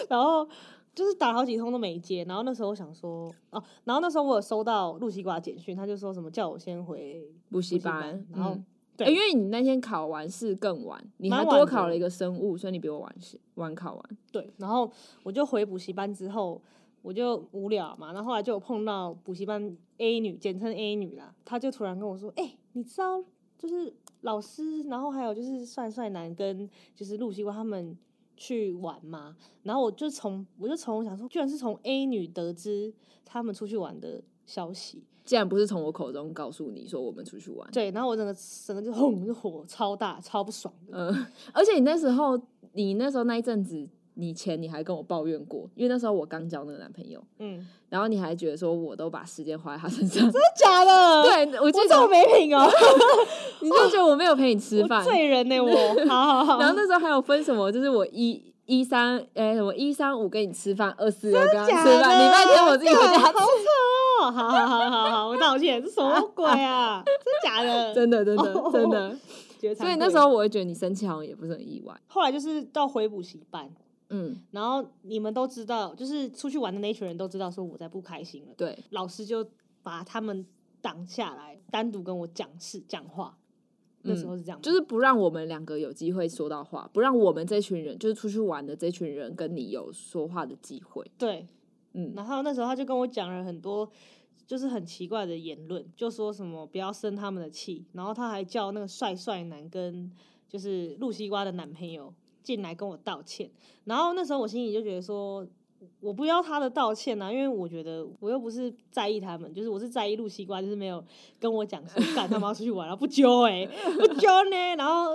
B: 然后就是打好几通都没接，然后那时候我想说哦，然后那时候我有收到露西瓜简讯，他就说什么叫我先回
A: 补
B: 补
A: 习
B: 习班
A: 班，，
B: 然后
A: 嗯
B: 对
A: 欸因为你那天考完试更晚，你还
B: 蛮晚
A: 多
B: 的
A: 考了一个生物，所以你比我晚些晚考完。
B: 对，然后我就回补习班之后，我就无聊嘛，然后后来就有碰到补习班 A 女，简称 A 女啦，她就突然跟我说：“哎、你知道就是老师，然后还有就是帅帅男跟就是陆西瓜他们去玩嘛。”然后我就从我就从想说，居然是从 A 女得知他们出去玩的消息，
A: 竟然不是从我口中告诉你说我们出去玩，
B: 对，然后我整个整个就轰就火超大，超不爽的。
A: 嗯、而且你那时候，你那时候那一阵子，你前你还跟我抱怨过，因为那时候我刚交那个男朋友，
B: 嗯，
A: 然后你还觉得说我都把时间花在他身上，
B: 假的，
A: 对我
B: 我
A: 记
B: 这么
A: 得
B: 没品哦、
A: 你就觉得我没有陪你 吃
B: 我
A: 饭，
B: 罪人呢、我好好好。
A: 然后那时候还有分什么，就是我一。一三哎，什么一三五跟你吃饭，二四六跟他吃
B: 假的
A: 饭，礼拜天我自己回
B: 干
A: 家
B: 好丑哦！好好好好好，我道歉，这什么鬼啊？真假 的？
A: 真的，真的，真的。
B: 哦觉得惭
A: 所
B: 愧
A: 以那时候我会觉得你生气好像也不是很意外。
B: 后来就是到回补习班，
A: 嗯，
B: 然后你们都知道，就是出去玩的那一群人都知道说我在不开心了，
A: 对，
B: 老师就把他们挡下来，单独跟我讲事讲话。那时候是这样吗，
A: 就是不让我们两个有机会说到话，不让我们这群人就是出去玩的这群人跟你有说话的机会。
B: 对，
A: 嗯，
B: 然后那时候他就跟我讲了很多，就是很奇怪的言论，就说什么不要生他们的气，然后他还叫那个帅帅男跟就是露西瓜的男朋友进来跟我道歉，然后那时候我心里就觉得说。我不要他的道歉啊，因为我觉得我又不是在意他们，就是我是在意露西瓜，就是没有跟我讲说干他妈出去玩了，不揪哎、不揪呢。然后，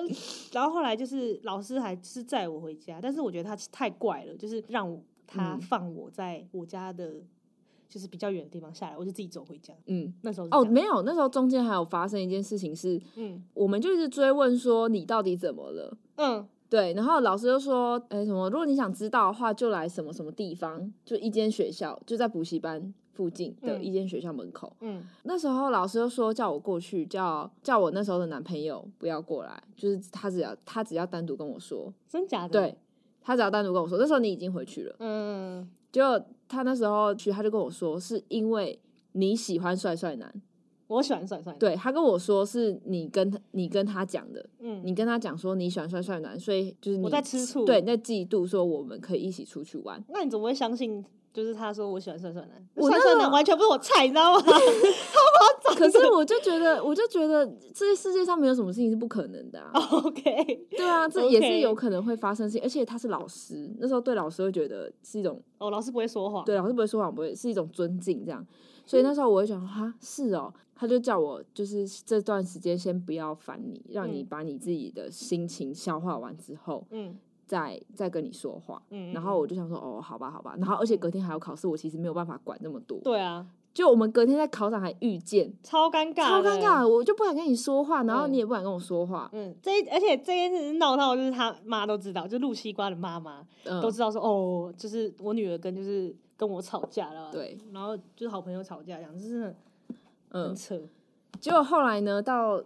B: 然后后来就是老师还是载我回家，但是我觉得他太怪了，就是让我他
A: 嗯
B: 放我在我家的，就是比较远的地方下来，我就自己走回家。
A: 嗯，
B: 那时候是
A: 哦，
B: 这样
A: 没有，那时候中间还有发生一件事情是，
B: 嗯
A: 我们就一直追问说你到底怎么了。
B: 嗯，
A: 对，然后老师就说，哎，什么？如果你想知道的话，就来什么什么地方，就一间学校，就在补习班附近的
B: 嗯
A: 一间学校门口。
B: 嗯，
A: 那时候老师就说叫我过去，叫叫我那时候的男朋友不要过来，就是他只要他只要单独跟我说，
B: 真假的？
A: 对，他只要单独跟我说，那时候你已经回去了，
B: 嗯，
A: 结果他那时候去他就跟我说是因为你喜欢帅帅男，
B: 嗯我喜欢帅帅。，
A: 对他跟我说是你跟他你跟他讲的，
B: 嗯，
A: 你跟他讲说你喜欢帅帅男，所以就是你
B: 我在吃醋。
A: 对，你，在嫉妒说我们可以一起出去玩，
B: 那你怎么会相信？就是他说我喜欢帅帅男，
A: 我那
B: 帅
A: 时
B: 帅
A: 候
B: 男完全不是我菜，你知道吗？
A: 可是我就觉得我就觉得这世界上没有什么事情是不可能的啊。
B: OK，
A: 对啊，这也是
B: 哦 OK
A: 有可能会发生的事情，而且他是老师，那时候对老师会觉得是一种
B: 哦，老师不会说谎。
A: 对老师不会说谎，不会是一种尊敬这样，所以那时候我会想哈是哦，他就叫我就是这段时间先不要烦你，让你
B: 嗯
A: 把你自己的心情消化完之后，
B: 嗯，
A: 再再跟你说话。
B: 嗯嗯，
A: 然后我
B: 嗯
A: 就想说哦好吧好吧，然后而且隔天还有考试，我其实没有办法管那么多，
B: 对啊，
A: 就我们隔天在考场还遇见，
B: 超尴尬，
A: 超尴尬，。我就不敢跟你说话，然后
B: 嗯
A: 你也不敢跟我说话，
B: 嗯，这一而且这件事闹到就是他妈都知道，就露西瓜的妈妈
A: 嗯
B: 都知道说、哦，就是我女儿跟就是跟我吵架了，
A: 对，
B: 然后就是好朋友吵架这样，就是很
A: 嗯。
B: 扯，
A: 结果后来呢，到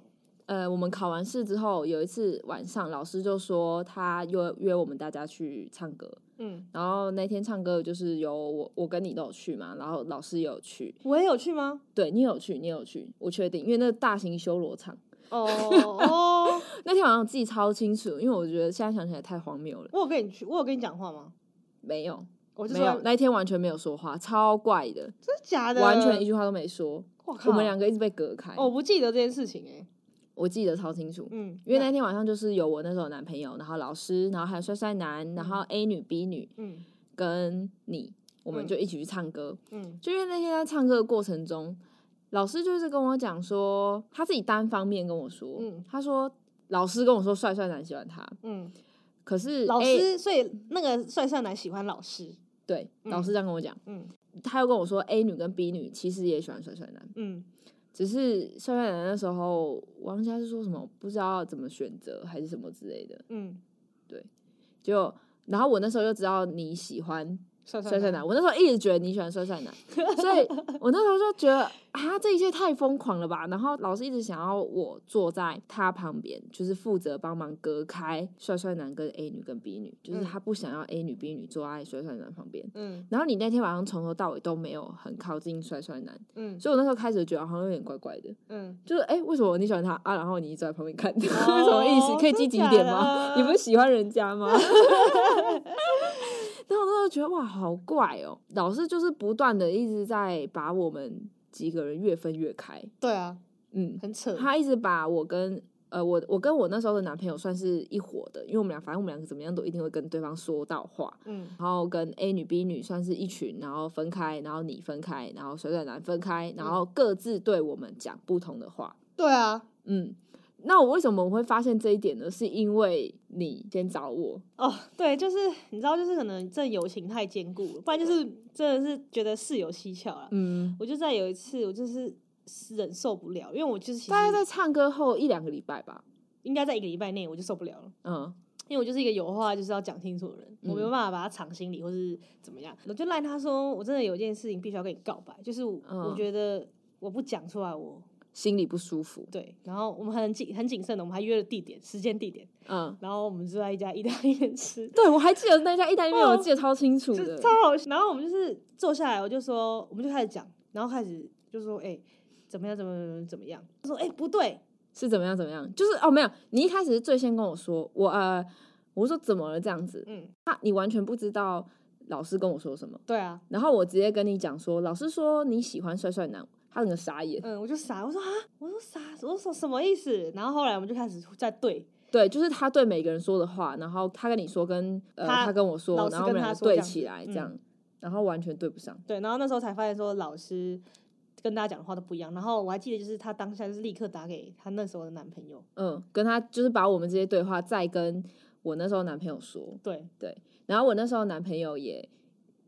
A: 呃我们考完试之后，有一次晚上，老师就说他约约我们大家去唱歌，
B: 嗯，
A: 然后那天唱歌就是有我我跟你都有去嘛，然后老师也有去，
B: 我也有去吗？
A: 对你也有去，你也有去，我确定，因为那大型修罗场
B: 哦哦，
A: 那天晚上我记得超清楚，因为我觉得现在想起来太荒谬了，
B: 我有跟你去，我有跟你讲话吗？
A: 没有
B: 我就
A: 没
B: 说
A: 有，那一天完全没有说话，超怪的，
B: 真的假的，
A: 完全一句话都没说，
B: 我靠，
A: 我们两个一直被隔开，
B: 哦，我不记得这件事情哎、
A: 我记得超清楚，
B: 嗯，
A: 因为那天晚上就是有我那时候的男朋友，然后老师，然后还有帅帅男，然后 A 女、B 女
B: 嗯
A: 跟你，我们
B: 嗯
A: 就一起去唱歌。
B: 嗯
A: 就因为那天在唱歌的过程中，老师就是跟我讲说，他自己单方面跟我说，
B: 嗯
A: 他说老师跟我说帅帅男喜欢他，
B: 嗯，哎
A: 可是
B: 老
A: A-
B: 师，所以那个帅帅男喜欢老师，
A: 对
B: 嗯
A: 老师这样跟我讲，
B: 嗯
A: 他又跟我说 A 女跟 B 女其实也喜欢帅帅男，
B: 嗯
A: 只是帅帅男那时候王家是说什么不知道怎么选择还是什么之类的，
B: 嗯
A: 就然后我那时候就知道你喜欢
B: 算
A: 酸
B: 算
A: 酸奶。我那时候一直觉得你喜欢酸 酸奶，所以我那时候就觉得啊，这一切太疯狂了吧。然后老师一直想要我坐在他旁边，就是负责帮忙隔开帅帅男跟 A 女跟 B 女，就是
B: 嗯
A: 他不想要 A 女 B 女坐在帅帅男旁边。
B: 嗯
A: 然后你那天晚上从头到尾都没有很靠近帅帅男，
B: 嗯
A: 所以我那时候开始觉得好像有点怪怪的，
B: 嗯，
A: 就是哎、诶为什么你喜欢他啊？然后你一直在旁边看 他，什么意思？可以积极一点吗？
B: 哦真的假的
A: 你不是喜欢人家 吗？然后我那时候觉得哇，好怪哦！老师就是不断的一直在把我们几个人越分越开，
B: 对啊，
A: 嗯，
B: 很扯。
A: 他一直把我跟呃我我跟我那时候的男朋友算是一伙的，因为我们俩反正我们两个怎么样都一定会跟对方说到话，
B: 嗯
A: 然后跟 A 女、B 女算是一群，然后分开，然后你分开，然后水水男分开，然后各自对我们讲不同的话。
B: 对啊，
A: 嗯，那我为什么会发现这一点呢？是因为你先找我，
B: 哦，对，就是你知道，就是可能这友情太坚固了，不然就是真的是觉得事有蹊跷了。
A: 嗯，
B: 我就在有一次，我就是忍受不了，因为我就是其实
A: 大概在唱歌后一两个礼拜吧。
B: 应该在一个礼拜内我就受不了了。
A: 嗯，
B: 因为我就是一个有话就是要讲清楚的人，我没有
A: 嗯
B: 办法把它藏心里或是怎么样，我就赖他说我真的有一件事情必须要跟你告白，就是我,、
A: 嗯
B: 我觉得我不讲出来我
A: 心里不舒服。
B: 对，然后我们很谨很谨慎的，我们还约了地点、时间、地点，
A: 嗯，
B: 然后我们就在一家意大利面吃，
A: 对，我还记得那家意大利面，
B: 哦
A: 我记得超清楚
B: 就
A: 的
B: 超。好笑。然后我们就是坐下来，我就说，我们就开始讲，然后开始就说，哎、怎么样，怎么怎么怎么样？他说，哎、不对，
A: 是怎么样？怎么样？就是哦，没有，你一开始是最先跟我说，我呃，我说怎么了这样子，
B: 嗯，
A: 那你完全不知道老师跟我说什么。
B: 对啊，
A: 然后我直接跟你讲说，老师说你喜欢帅帅男，他整个傻眼。
B: 嗯，我就傻，我说啊，我说傻，我说什么意思？然后后来我们就开始在对，
A: 对，就是他对每个人说的话，然后他跟你说跟呃
B: 他
A: 他跟我说
B: 老，师
A: 然后我们
B: 跟
A: 两个
B: 他说这
A: 对
B: 样
A: 起来
B: 嗯
A: 这样，然后完全对不上。
B: 对，然后那时候才发现说老师跟大家讲的话都不一样。然后我还记得就是她当下就是立刻打给她那时候的男朋友，
A: 嗯，跟他就是把我们这些对话再跟我那时候男朋友说，
B: 对，
A: 然后我那时候男朋友也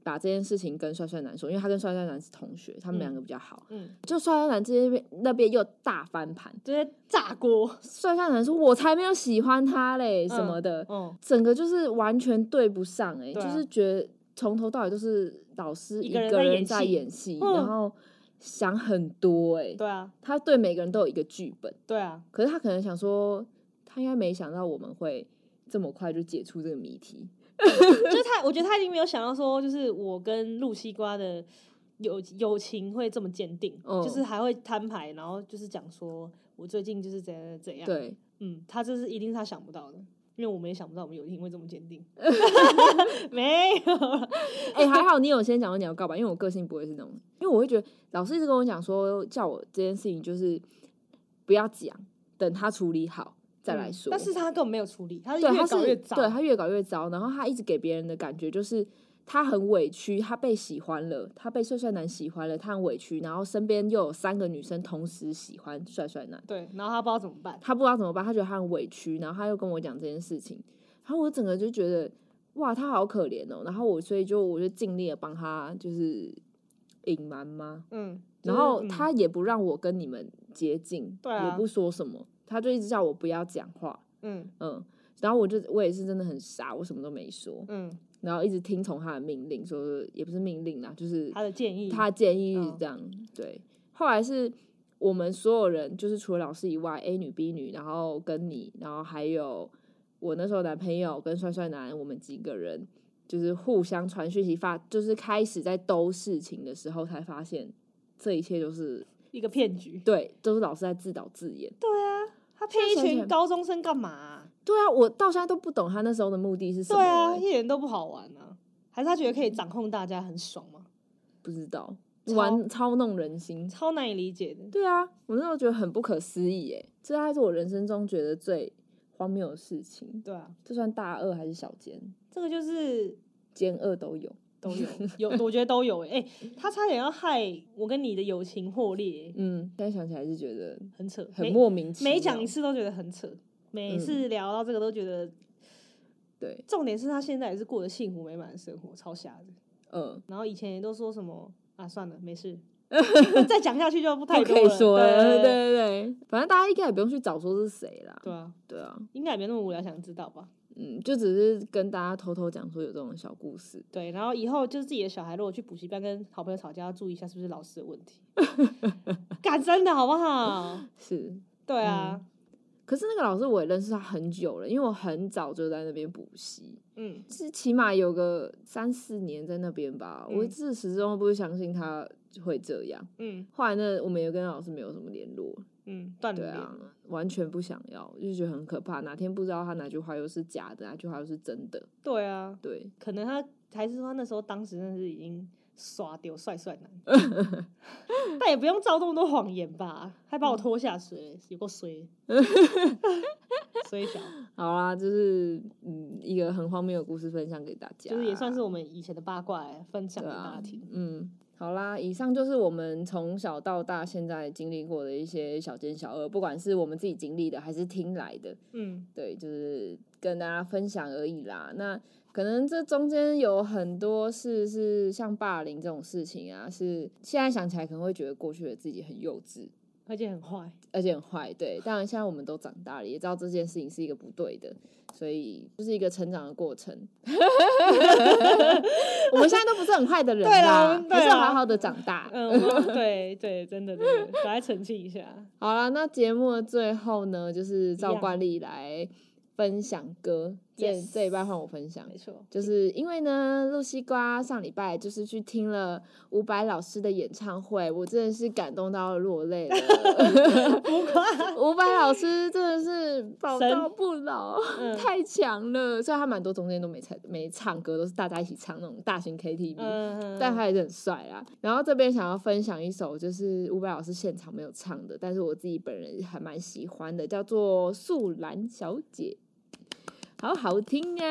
A: 把这件事情跟帅帅男说，因为他跟帅帅男是同学，他们
B: 嗯
A: 两个比较好。
B: 嗯，
A: 就帅帅男这边那边又大翻盘，
B: 直接炸锅，
A: 帅帅男说我才没有喜欢他嘞什
B: 嗯
A: 么的，
B: 嗯，
A: 整个就是完全对不上哎、
B: 对啊
A: 就是觉得从头到尾都是老师
B: 一
A: 一
B: 个
A: 个
B: 人在演
A: 人在
B: 戏
A: 演戏，
B: 嗯
A: 然后想很多哎、
B: 对啊，
A: 他对每个人都有一个剧本，
B: 对啊，
A: 可是他可能想说，他应该没想到我们会这么快就解出这个谜题，
B: 就是他，我觉得他已经没有想到说，就是我跟露西瓜的友友情会这么坚定，
A: 嗯
B: 就是还会摊牌，然后就是讲说我最近就是怎样怎样，，
A: 对，
B: 嗯，他这是一定是他想不到的。因为我们也想不到我们友情会这么坚 定，没有啦，
A: 哎、还好你有先讲说你要告白，因为我个性不会是那种，因为我会觉得老师一直跟我讲说，叫我这件事情就是不要讲，等他处理好再来
B: 嗯
A: 说。
B: 但是他根本没有处理，他是
A: 对，
B: 越
A: 他
B: 搞
A: 是
B: 越糟，
A: 对他越搞越糟，然后他一直给别人的感觉就是他很委屈，他被喜欢了，他被帅帅男喜欢了，他很委屈，然后身边又有三个女生同时喜欢帅帅男，
B: 对，然后他不知道怎么办。
A: 他不知道怎么办，他觉得他很委屈，然后他又跟我讲这件事情，然后我整个就觉得哇，他好可怜哦，然后我所以就我就尽力的帮他就是隐瞒吗？
B: 嗯，
A: 然
B: 就是
A: 后
B: 嗯
A: 他也不让我跟你们接近，
B: 对啊
A: 也不说什么，他就一直叫我不要讲话，
B: 嗯
A: 嗯，然后我就我也是真的很傻，我什么都没说，
B: 嗯，
A: 然后一直听从他的命令，说也不是命令啦，就是
B: 他的建议，
A: 他的建议
B: 嗯
A: 这样。对，后来是我们所有人，就是除了老师以外，A 女、B 女，然后跟你，然后还有我那时候男朋友跟帅帅男，我们几个人就是互相传讯息发，就是开始在兜事情的时候，才发现这一切都是
B: 一个骗局。
A: 对，都是老师在自导自演。
B: 啊他骗一
A: 现在想起
B: 群
A: 来
B: 高中生干嘛啊、
A: 对啊，我到现在都不懂他那时候的目的是什么、
B: 对啊，
A: 欸
B: 一点都不好玩啊！还是他觉得可以掌控大家，很爽吗？
A: 不知道，
B: 超
A: 玩操弄人心。
B: 超难以理解的。
A: 对啊，我那时候觉得很不可思议耶，这还是我人生中觉得最荒谬的事情。
B: 对啊，
A: 这算大二还是小奸？
B: 这个就是
A: 奸二都有。
B: 都有有，我觉得都有、欸。哎、他差点要害我跟你的友情破裂欸、
A: 嗯，现在想起来是觉得
B: 很扯，
A: 很
B: 每
A: 莫名其妙。
B: 每讲一次都觉得很扯，每
A: 嗯
B: 次聊到这个都觉得。
A: 对，
B: 重点是他现在也是过得幸福美满的生活，超瞎的。
A: 嗯，
B: 然后以前也都说什么啊，算了，没事，再讲下去就不太
A: 不
B: 多
A: 可以说了。
B: 对
A: 对
B: 对对
A: 对对，反正大家应该也不用去找说是谁啦。
B: 对啊，
A: 对啊，
B: 应该也没那么无聊，想知道吧？
A: 嗯，就只是跟大家偷偷讲说有这种小故事。
B: 对，然后以后就是自己的小孩，如果去补习班跟好朋友吵架，要注意一下是不是老师的问 题。敢真的好不好？
A: 是，
B: 对啊，
A: 可是那个老师我也认识他很久了，因为我很早就在那边补习，
B: 嗯，
A: 是起码有个三四年在那边吧。我
B: 嗯
A: 自始至终不是相信他会这样。
B: 嗯
A: 后来呢，我们也跟老师没有什么联络，
B: 嗯，断
A: 对
B: 联。
A: 啊，完全不想要，就觉得很可怕。哪天不知道他哪句话又是假的，哪句话又是真的，
B: 对啊，
A: 对，
B: 可能他还是说他那时候当时真的是已经刷丢帅帅男， 但也不用造那么多谎言吧，还把我拖下水，有 够衰， 衰小，
A: 好啦，就是嗯，一个很荒谬的故事分享给大家，
B: 就是也算是我们以前的八卦来分享
A: 对
B: 给
A: 啊
B: 大家听。
A: 嗯，好啦，以上就是我们从小到大现在经历过的一些小奸小恶，不管是我们自己经历的还是听来的，
B: 嗯，
A: 对，就是跟大家分享而已啦。那可能这中间有很多事是像霸凌这种事情啊，是现在想起来可能会觉得过去的自己很幼稚，
B: 而且很坏，
A: 而且很坏，对。当然，现在我们都长大了，也知道这件事情是一个不对的，所以就是一个成长的过程。 我们现在都不是很坏的人
B: 对啦我
A: 啦，
B: 们对
A: 还是
B: 啦
A: 好好的长大。
B: 嗯，我对对，真的真的，赶快澄清 一下。
A: 好了，那节目的最后呢，就是照
B: 样
A: 惯例来分享歌，这
B: Yes
A: 这一半换我分享
B: 没。错，
A: 就是因为呢，露西瓜上礼拜就是去听了伍佰老师的演唱会，我真的是感动到落泪 了。
B: 浮夸，
A: 伍佰老师真的是宝
B: 神
A: 刀不老，
B: 嗯
A: 太强了。虽然他蛮多中间都没唱没唱歌，都是大家一起唱那种大型 KTV，、
B: 嗯，
A: 但他还是很帅啦。然后这边想要分享一首，就是伍佰老师现场没有唱的，但是我自己本人还蛮喜欢的，叫做《素兰小姐》，好好听啊！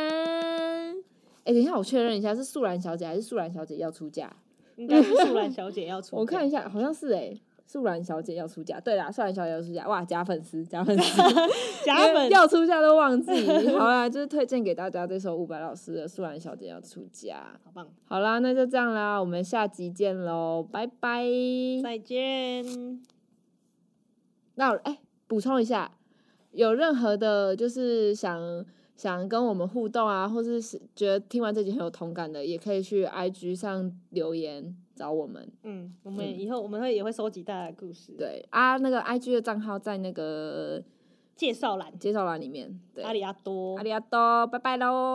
A: 哎、等一下，我确认一下，是素兰小姐还是素兰小姐要出嫁？
B: 应该是素兰小姐要 出，
A: 我看一，下，好像是哎、素兰小姐要出嫁，对啦，素兰小姐要出嫁，哇，假粉丝，假粉 丝，
B: 假
A: 因为
B: 粉
A: 要出嫁都忘 记。好啦，就是推荐给大家这首伍佰老师的《素兰小姐要出嫁》。
B: 好棒，
A: 好啦，那就这样啦，我们下集见喽，拜拜。
B: 再见。
A: 那我哎，补、充一下，有任何的，就是想想跟我们互动啊，或是是觉得听完这集很有同感的，也可以去 IG 上留言找我们。
B: 嗯，我们
A: 嗯
B: 以后我们会也会收集大家的故事，，
A: 对啊，那个 IG 的账号在那个
B: 介绍栏，
A: 介绍栏里面。对，
B: 阿里阿多，
A: 阿里阿多，拜拜喽。